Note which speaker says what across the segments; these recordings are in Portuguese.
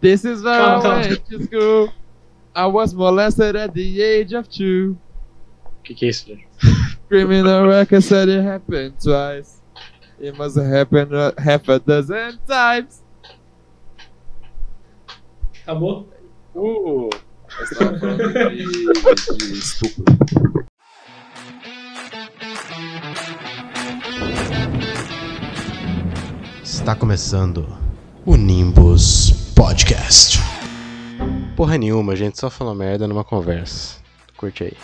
Speaker 1: This is my
Speaker 2: Come, come.
Speaker 1: way to school. I was molested at the age of two.
Speaker 2: Que que é isso, gente?
Speaker 1: Criminal record said it happened twice. It must have happened a- half a dozen times.
Speaker 3: Acabou?
Speaker 2: Uh,
Speaker 1: Eu estava falando de, de estupro.
Speaker 4: Está começando o Nimbus Podcast. Porra nenhuma, a gente só falou merda numa conversa. Curte aí.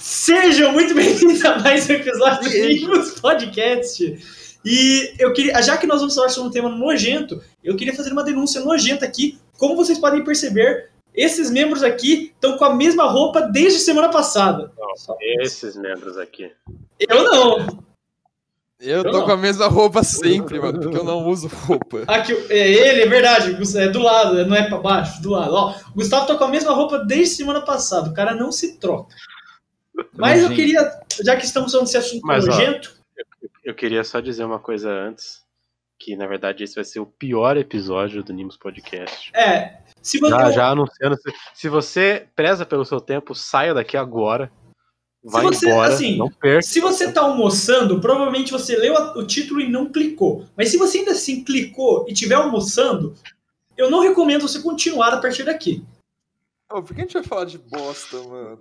Speaker 3: Sejam muito bem-vindos a mais um episódio do Nimbus Podcast. E eu queria, já que nós vamos falar sobre um tema nojento, eu queria fazer uma denúncia nojenta aqui. Como vocês podem perceber, esses membros aqui estão com a mesma roupa desde semana passada.
Speaker 2: esses membros aqui.
Speaker 3: Eu não.
Speaker 1: Eu tô
Speaker 2: não.
Speaker 1: com a mesma roupa sempre, mano, porque eu não uso roupa.
Speaker 3: Aqui, é ele, é verdade. Gus- É do lado, não é pra baixo, do lado. Ó, o Gustavo tá com a mesma roupa desde semana passada. O cara não se troca. Mas eu
Speaker 1: Nojento.
Speaker 3: queria, já que estamos falando desse assunto
Speaker 2: Mas, ó,
Speaker 3: nojento,
Speaker 2: Eu queria só dizer uma coisa antes, que na verdade esse vai ser o pior episódio do Nimbus Podcast.
Speaker 3: é. Se você,
Speaker 2: Já, já anunciando. Se, se você preza pelo seu tempo, saia daqui agora. Vai
Speaker 3: você-
Speaker 2: embora,
Speaker 3: assim,
Speaker 2: não perca.
Speaker 3: Se você tá almoçando, provavelmente você leu a- o título e não clicou. Mas se você ainda assim clicou e estiver almoçando, eu não recomendo você continuar a partir daqui.
Speaker 1: Ô, por que a gente vai falar de bosta, mano?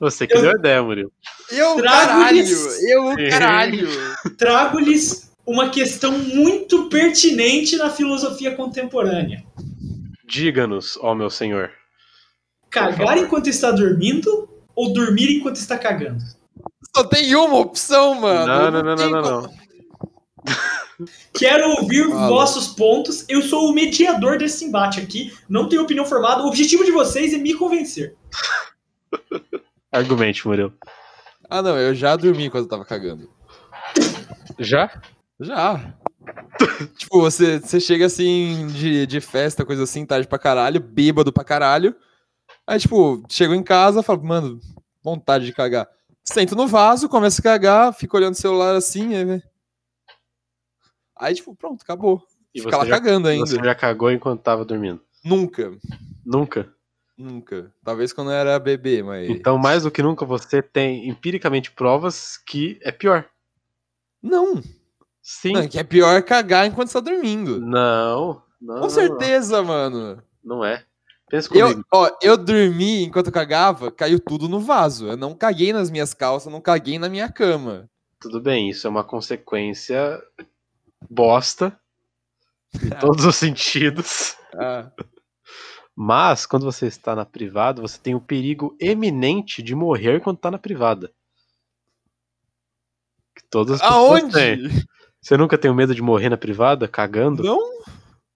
Speaker 2: Você que
Speaker 3: eu-
Speaker 2: deu a ideia, Murilo.
Speaker 1: Eu,
Speaker 3: Trago
Speaker 1: caralho!
Speaker 3: isso.
Speaker 1: Eu,
Speaker 2: Sim.
Speaker 1: caralho!
Speaker 3: Trago-lhes uma questão muito pertinente na filosofia contemporânea.
Speaker 2: Diga-nos, ó meu senhor.
Speaker 3: Cagar enquanto está dormindo ou dormir enquanto está cagando?
Speaker 1: Só tem uma opção, mano.
Speaker 2: Não, não, não, não,
Speaker 1: tem
Speaker 2: não,
Speaker 1: como-
Speaker 2: não.
Speaker 3: Quero ouvir
Speaker 1: Fala.
Speaker 3: vossos pontos. Eu sou o mediador desse embate aqui. Não tenho opinião formada. O objetivo de vocês é me convencer.
Speaker 2: Argumente, Murilo.
Speaker 1: Ah, não, eu já dormi enquanto eu tava cagando.
Speaker 2: Já?
Speaker 1: Já. tipo, você, você chega assim de, de festa, coisa assim, tarde pra caralho, bêbado pra caralho. Aí, tipo, chego em casa, falo, mano, vontade de cagar. Sento no vaso, começo a cagar, fico olhando o celular assim, aí, vê. aí tipo, pronto, acabou.
Speaker 2: E
Speaker 1: Fica lá
Speaker 2: você já,
Speaker 1: cagando ainda.
Speaker 2: você já cagou enquanto tava dormindo?
Speaker 1: Nunca,
Speaker 2: Nunca.
Speaker 1: nunca. Talvez quando eu era bebê, mas.
Speaker 2: Então, mais do que nunca, você tem empiricamente provas que é pior.
Speaker 1: Não,
Speaker 2: Sim.
Speaker 1: não, que é pior cagar enquanto você tá dormindo.
Speaker 2: Não, não. não,
Speaker 1: Com certeza, mano.
Speaker 2: Não é. Pensa comigo.
Speaker 1: Eu, ó, eu dormi enquanto eu cagava, caiu tudo no vaso. Eu não caguei nas minhas calças, não caguei na minha cama.
Speaker 2: Tudo bem, isso é uma consequência bosta em todos os sentidos.
Speaker 1: Ah,
Speaker 2: Mas quando você está na privada, você tem o perigo eminente de morrer quando está na privada. Que todas as pessoas têm.
Speaker 1: aonde?
Speaker 2: Você nunca tem medo de morrer na privada, cagando?
Speaker 1: Não?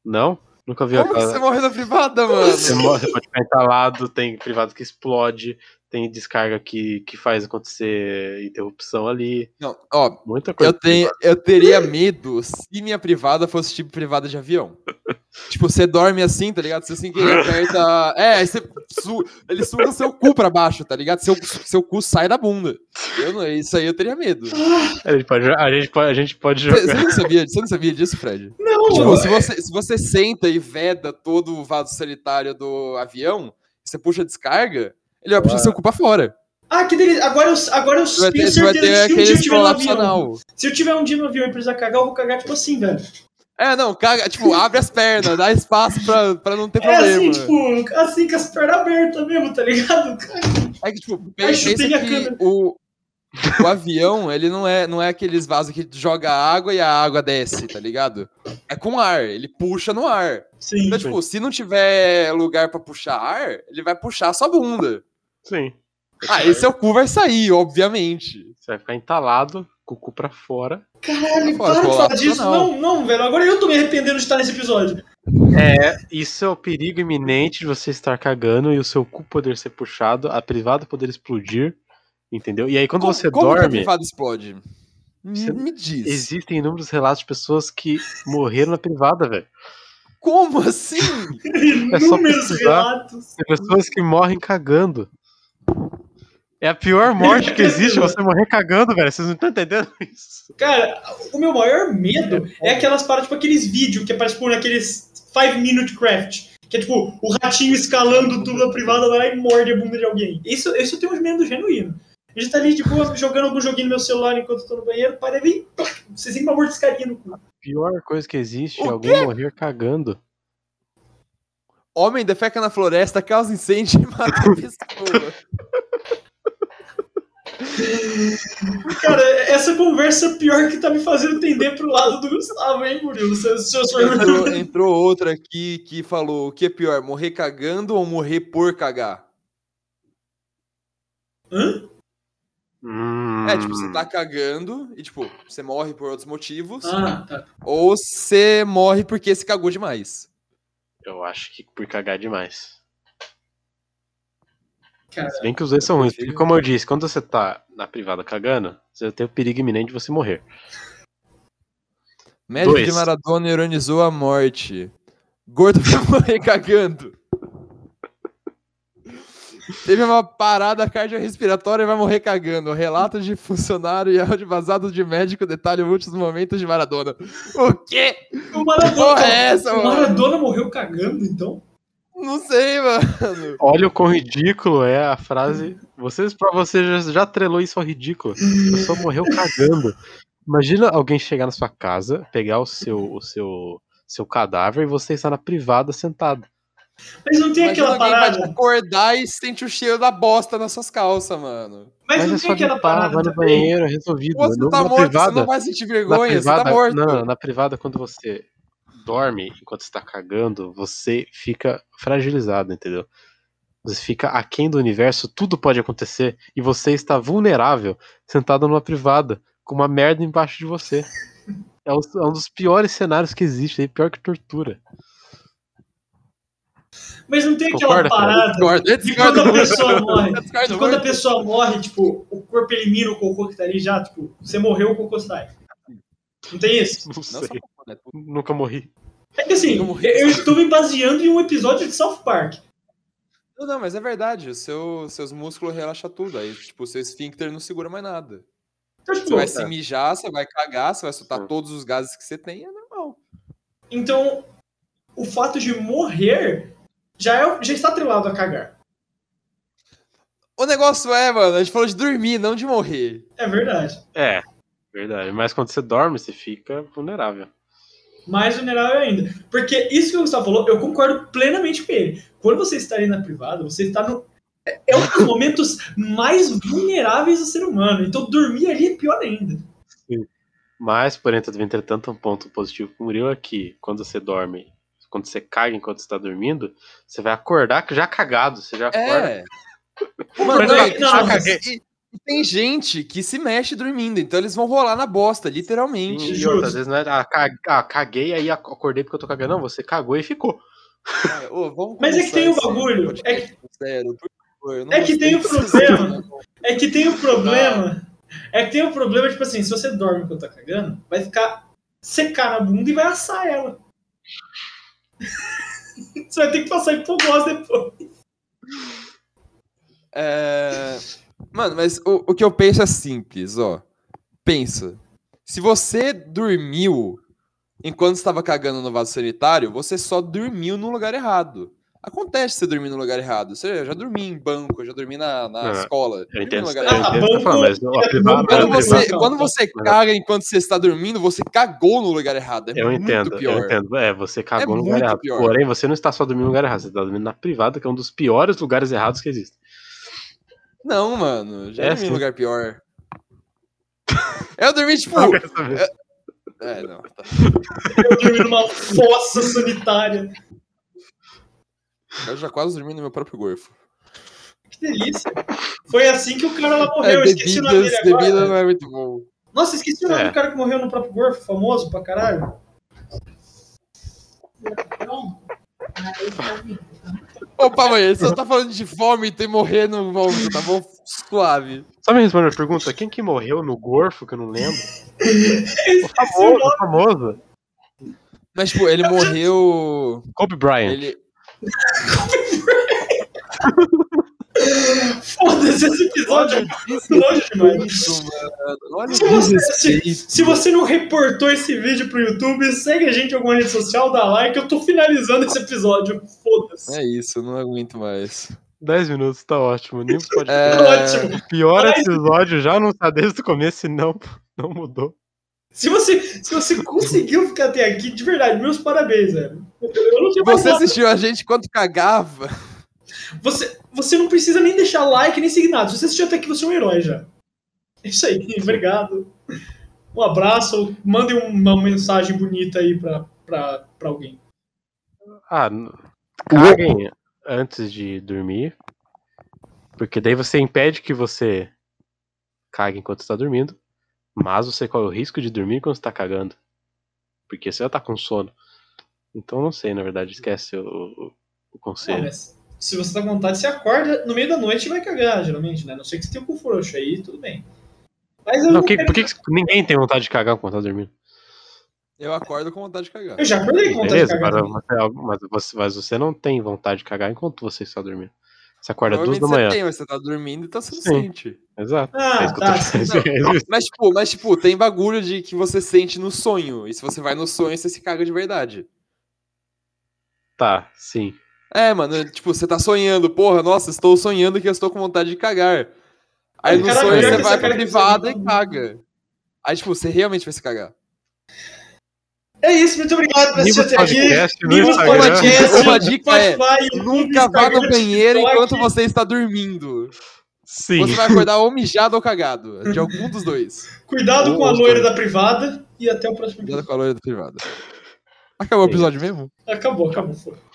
Speaker 2: Não? Nunca vi
Speaker 1: Como que
Speaker 2: aquela-
Speaker 1: você morreu na privada, mano?
Speaker 2: Você, morre, você pode ficar entalado, tem privado que explode, tem descarga que, que faz acontecer interrupção ali.
Speaker 1: Não, ó,
Speaker 2: Muita coisa.
Speaker 1: eu, tenho, eu teria medo se minha privada fosse tipo privada de avião. Tipo, você dorme assim, tá ligado? Você assim que ele aperta. É, aí você su... ele suga seu cu pra baixo, tá ligado? Seu, seu cu sai da bunda. Eu não- isso aí eu teria medo.
Speaker 2: A gente pode, a gente pode, a gente pode
Speaker 1: Você,
Speaker 2: jogar.
Speaker 1: você não sabia, você não sabia disso, Fred?
Speaker 3: Não,
Speaker 1: Tipo, se você, se você senta e veda todo o vaso sanitário do avião, você puxa a descarga, ele vai puxar seu cu pra fora.
Speaker 3: Ah, que delícia. Agora eu, agora eu
Speaker 1: Você vai
Speaker 3: tenho
Speaker 1: ter, você vai
Speaker 3: certeza
Speaker 1: ter
Speaker 3: que um dia eu
Speaker 1: aquele
Speaker 3: tiver no
Speaker 1: colapso
Speaker 3: avião.
Speaker 1: anal.
Speaker 3: Se eu tiver um dia no avião e precisar cagar, eu vou cagar tipo assim, velho.
Speaker 1: É, não, caga, tipo, abre as pernas, dá espaço pra, pra não ter
Speaker 3: É assim,
Speaker 1: problema.
Speaker 3: tipo, assim, com as pernas abertas mesmo, tá ligado?
Speaker 1: É que, tipo,
Speaker 3: Ai, chutei
Speaker 1: pensa
Speaker 3: a
Speaker 1: que
Speaker 3: câmera.
Speaker 1: o, o avião, ele não é, não é aqueles vasos que joga água e a água desce, tá ligado? É com ar, ele puxa no ar.
Speaker 3: Sim.
Speaker 1: Então, tipo, se não tiver lugar pra puxar ar, ele vai puxar a sua bunda.
Speaker 2: Sim.
Speaker 1: Aí seu é cu vai sair, obviamente.
Speaker 2: assim. Você vai ficar entalado, com o cu pra fora.
Speaker 3: Caralho,
Speaker 1: Fora,
Speaker 3: para de falar
Speaker 1: colapso
Speaker 3: disso.
Speaker 1: anal.
Speaker 3: Não, não, velho. Agora eu tô me arrependendo de estar nesse episódio.
Speaker 2: Isso é o perigo iminente de você estar cagando e o seu cu poder ser puxado, a privada poder explodir, entendeu? E aí quando
Speaker 1: Como-
Speaker 2: você
Speaker 1: como que a
Speaker 2: dorme,
Speaker 1: privada explode? Me-
Speaker 2: Você-
Speaker 1: Me diz.
Speaker 2: existem inúmeros relatos de pessoas que morreram na privada, velho.
Speaker 1: Como assim?
Speaker 3: Inúmeros É
Speaker 2: pesquisar.
Speaker 3: relatos.
Speaker 2: Tem pessoas que morrem cagando. É a pior morte que existe você morrer cagando, velho. Vocês não estão entendendo isso.
Speaker 3: Cara, o meu maior medo é aquelas paradas, tipo aqueles vídeos que aparecem, tipo, naqueles 5 Minute Craft. Que é tipo, o ratinho escalando tudo na privada lá e morde a bunda de alguém. Isso, isso eu tenho um medo genuíno. A gente tá ali de boa jogando algum joguinho no meu celular enquanto eu tô no banheiro, para vem. plac, Você sente uma mordiscadinha no cu.
Speaker 2: Pior coisa que existe é
Speaker 1: O
Speaker 2: alguém morrer cagando.
Speaker 1: Homem defeca na floresta, causa incêndio e mata a pessoa.
Speaker 3: Cara, essa conversa pior que tá me fazendo entender pro lado do Gustavo, hein, Murilo? Se, se eu sou...
Speaker 1: entrou, entrou outra aqui que falou: o que é pior, morrer cagando ou morrer por cagar?
Speaker 3: Hã?
Speaker 2: Hum,
Speaker 1: É, tipo, você tá cagando e, tipo, você morre por outros motivos,
Speaker 3: Ah, tá.
Speaker 1: ou você morre porque se cagou demais.
Speaker 2: Eu acho que por cagar demais.
Speaker 3: Cara,
Speaker 2: Se bem que os dois são ruins, porque como eu disse, quando você tá na privada cagando, você tem o perigo iminente de você morrer.
Speaker 1: Médico
Speaker 2: Dois.
Speaker 1: de Maradona ironizou a morte. Gordo vai morrer cagando. Teve uma parada cardiorrespiratória e vai morrer cagando. Relato de funcionário e áudio vazado de médico detalha últimos momentos de Maradona. O quê?
Speaker 3: o Maradona,
Speaker 1: Porra, é essa,
Speaker 3: o
Speaker 1: mano?
Speaker 3: Maradona morreu cagando, então?
Speaker 1: Não sei, mano.
Speaker 2: Olha o quão ridículo é a frase. Vocês, pra você, já, já atrelou isso ao ridículo. A pessoa morreu cagando. Imagina alguém chegar na sua casa, pegar o seu, o seu, seu cadáver e você está na privada sentado.
Speaker 3: Mas não tem
Speaker 1: Imagina
Speaker 3: aquela
Speaker 1: alguém
Speaker 3: parada.
Speaker 1: vai acordar e sente o cheiro da bosta nas suas calças, mano.
Speaker 3: Mas, não
Speaker 2: é
Speaker 3: tem
Speaker 2: só
Speaker 3: aquela
Speaker 2: limpar,
Speaker 3: parada
Speaker 2: vai no
Speaker 3: também.
Speaker 2: banheiro, é resolvido.
Speaker 1: Pô, você
Speaker 2: Não,
Speaker 1: tá
Speaker 2: na
Speaker 1: morto,
Speaker 2: privada,
Speaker 1: você não vai sentir
Speaker 2: na
Speaker 1: vergonha, você
Speaker 2: privada-
Speaker 1: tá morto.
Speaker 2: Não, não, na privada, quando você dorme, enquanto está cagando, você fica fragilizado, entendeu? Você fica aquém do universo, tudo pode acontecer, e você está vulnerável, sentado numa privada, com uma merda embaixo de você. É um é um dos piores cenários que existe, é pior que tortura.
Speaker 3: Mas não tem aquela
Speaker 2: Concorda, cara?
Speaker 3: parada
Speaker 1: Discordo, eu
Speaker 3: de quando
Speaker 1: discordo,
Speaker 3: a pessoa morre.
Speaker 1: eu discordo
Speaker 3: De quando a
Speaker 1: muito.
Speaker 3: pessoa morre, tipo, o corpo elimina o cocô que tá ali já, tipo, você morreu, o cocô sai. Não tem isso?
Speaker 2: Não
Speaker 1: Não, só
Speaker 2: sei,
Speaker 1: cocô, né?
Speaker 2: nunca morri.
Speaker 3: É que assim,
Speaker 1: Eu
Speaker 3: eu,
Speaker 1: morri.
Speaker 3: estou me baseando em um episódio de South Park.
Speaker 1: Não, não, mas é verdade. O seu, seus músculos relaxam tudo. Aí, tipo, o seu esfíncter não segura mais nada.
Speaker 3: Então, tipo,
Speaker 1: Você vai se mijar, você vai cagar, você vai soltar
Speaker 2: Hum.
Speaker 1: todos os gases que você tem, é normal.
Speaker 3: então, o fato de morrer já, é, já está atrelado a cagar.
Speaker 1: O negócio é, mano, a gente falou de dormir, não de morrer.
Speaker 3: É verdade.
Speaker 2: É, verdade. Mas quando você dorme, você fica vulnerável.
Speaker 3: Mais vulnerável ainda. Porque isso que o Gustavo falou, eu concordo plenamente com ele. Quando você está ali na privada, você está no. é- É um dos momentos mais vulneráveis do ser humano. Então dormir ali é pior ainda.
Speaker 2: Mas, porém, todavia, entretanto, um ponto positivo pro Murilo é que quando você dorme, quando você caga enquanto você tá dormindo, você vai acordar já cagado, você já acorda.
Speaker 1: É. Mano,
Speaker 3: Não,
Speaker 1: não,
Speaker 3: não,
Speaker 1: e, e tem gente que se mexe dormindo, então eles vão rolar na bosta, literalmente.
Speaker 2: E
Speaker 3: justo.
Speaker 2: outras vezes, não é, ah, ca- ah, caguei, aí ac- acordei porque eu tô cagando. Não, você cagou e ficou.
Speaker 1: Ah, ô, vamos
Speaker 3: Mas é que
Speaker 1: começar
Speaker 3: tem o
Speaker 1: esse
Speaker 3: bagulho,
Speaker 1: podcast com zero, por favor, eu não
Speaker 3: é que tem o
Speaker 1: gostei disso.
Speaker 3: problema. É que tem o problema. É que tem o problema, tipo assim, se você dorme enquanto tá cagando, vai ficar secar na bunda e vai assar ela. você vai ter que passar hipogós depois.
Speaker 1: É... Mano, mas o, o que eu penso é simples, ó. Pensa. Se você dormiu enquanto estava cagando no vaso sanitário, você só dormiu no lugar errado. Acontece você dormir no lugar errado. Você já dormi em banco, eu já dormi na, na
Speaker 2: Não,
Speaker 1: escola.
Speaker 2: Eu
Speaker 1: dormi
Speaker 2: entendo,
Speaker 1: no
Speaker 2: eu
Speaker 1: lugar
Speaker 3: Ah,
Speaker 1: errado.
Speaker 2: entendo o que você tá falando, mas ó, a privada-
Speaker 3: Quando
Speaker 2: a
Speaker 1: Quando
Speaker 2: privada-
Speaker 1: você, quando você caga enquanto você está dormindo, você cagou no lugar errado. É
Speaker 2: Eu
Speaker 1: muito
Speaker 2: entendo,
Speaker 1: pior.
Speaker 2: eu entendo. É, você cagou
Speaker 1: É
Speaker 2: no lugar
Speaker 1: muito
Speaker 2: errado.
Speaker 1: pior.
Speaker 2: Porém, você não está só dormindo no lugar errado, você está dormindo na privada, que é um dos piores lugares errados que existem.
Speaker 1: Não, mano. Já
Speaker 2: É,
Speaker 1: dormi
Speaker 2: sim.
Speaker 1: em lugar pior. Eu dormi, tipo.
Speaker 2: Não quero saber.
Speaker 1: É, não. Tá.
Speaker 3: Eu dormi numa fossa sanitária.
Speaker 1: Eu já quase dormi no meu próprio gorfo.
Speaker 3: Que delícia. Foi assim que o cara lá
Speaker 1: É,
Speaker 3: morreu. Eu esqueci o nome
Speaker 1: bebidas,
Speaker 3: dele agora.
Speaker 1: bebida não é muito bom.
Speaker 3: Nossa, esqueci o nome
Speaker 2: É.
Speaker 3: do cara que morreu no próprio gorfo, famoso pra caralho.
Speaker 1: Opa, mãe, você tá falando de vômito e morrer no vômito, tá bom? Suave.
Speaker 2: Só me responde a pergunta: quem que morreu no Gorfo, que eu não lembro? o
Speaker 3: o
Speaker 2: famoso, o famoso.
Speaker 1: Mas, tipo, ele morreu.
Speaker 2: Kobe Bryant.
Speaker 1: Ele.
Speaker 3: Foda-se. mas esse episódio
Speaker 1: Olha
Speaker 3: é longe demais.
Speaker 1: isso, mano. Olha
Speaker 3: Se você-
Speaker 1: isso.
Speaker 3: Se você não reportou esse vídeo pro YouTube, segue a gente em alguma rede social, dá like. Eu tô finalizando esse episódio. Foda-se.
Speaker 1: É isso, eu não aguento mais.
Speaker 2: 10 minutos tá ótimo. Nem pode
Speaker 1: É.
Speaker 3: Ótimo.
Speaker 2: Pior episódio já não tá desde o começo e não, não mudou.
Speaker 3: Se você, se você conseguiu ficar até aqui, de verdade, meus parabéns, velho. Eu não tinha mais
Speaker 1: Você
Speaker 3: nada.
Speaker 1: assistiu a gente quando cagava?
Speaker 3: Você, você não precisa nem deixar like nem seguir nada. Se você assistiu até aqui, você é um herói já. É isso aí, obrigado. Um abraço, mandem uma mensagem bonita aí pra, pra, pra alguém.
Speaker 2: Ah, n- caguem antes de dormir. Porque daí você impede que você cague enquanto está dormindo. Mas você corre o risco de dormir quando está cagando. Porque você já tá com sono. Então não sei, na verdade, esquece o, o- o
Speaker 3: Ah,
Speaker 2: conselho.
Speaker 3: mas se você tá com vontade, você acorda no meio da noite e vai cagar, geralmente, né? A não sei que você tenha o cu frouxo aí, tudo bem. Mas eu,
Speaker 2: Não,
Speaker 3: não
Speaker 2: que-
Speaker 3: quero-
Speaker 2: por que, que ninguém tem vontade de cagar quando tá dormindo?
Speaker 1: Eu acordo com vontade de cagar.
Speaker 3: eu já acordei com vontade
Speaker 2: Beleza,
Speaker 3: de cagar.
Speaker 2: mas, é
Speaker 3: também.
Speaker 2: mas você, mas você não tem vontade de cagar enquanto você está dormindo. Você acorda duas
Speaker 1: Provavelmente
Speaker 2: da manhã.
Speaker 1: Você tem, mas você tá dormindo, então você não
Speaker 2: Sim.
Speaker 1: sente.
Speaker 2: Exato. é
Speaker 3: Ah,
Speaker 2: isso que eu tô
Speaker 3: tá.
Speaker 2: dizendo.
Speaker 1: Mas tipo, mas, tipo, tem bagulho de que você sente no sonho. E se você vai no sonho, você se caga de verdade.
Speaker 2: Tá, sim.
Speaker 1: É, mano, é, tipo, você tá sonhando, porra, nossa, estou sonhando que eu estou com vontade de cagar. Aí no
Speaker 3: Caraca,
Speaker 1: sonho
Speaker 2: pior
Speaker 1: você
Speaker 2: que
Speaker 1: vai
Speaker 2: essa
Speaker 1: pra
Speaker 3: cara que
Speaker 1: privada
Speaker 3: você-
Speaker 1: e caga. Aí, tipo, você realmente vai se cagar.
Speaker 3: É isso, muito obrigado por assistir
Speaker 2: Nibus
Speaker 3: até aqui.
Speaker 2: Podcast no
Speaker 3: Nibus
Speaker 2: Instagram.
Speaker 3: Podcast,
Speaker 1: Uma dica é,
Speaker 3: Spotify,
Speaker 1: Nunca vá no
Speaker 3: Instagram,
Speaker 1: banheiro
Speaker 3: TikTok.
Speaker 1: enquanto você está dormindo.
Speaker 2: Sim.
Speaker 1: Você vai acordar ou mijado ou cagado. De algum dos dois.
Speaker 3: Cuidado com a
Speaker 2: Boa,
Speaker 3: loira
Speaker 2: cara.
Speaker 3: da privada e até o próximo
Speaker 1: Cuidado
Speaker 3: vídeo.
Speaker 1: com a loira da privada. Acabou o
Speaker 2: É
Speaker 1: episódio mesmo?
Speaker 3: Acabou, acabou. foi.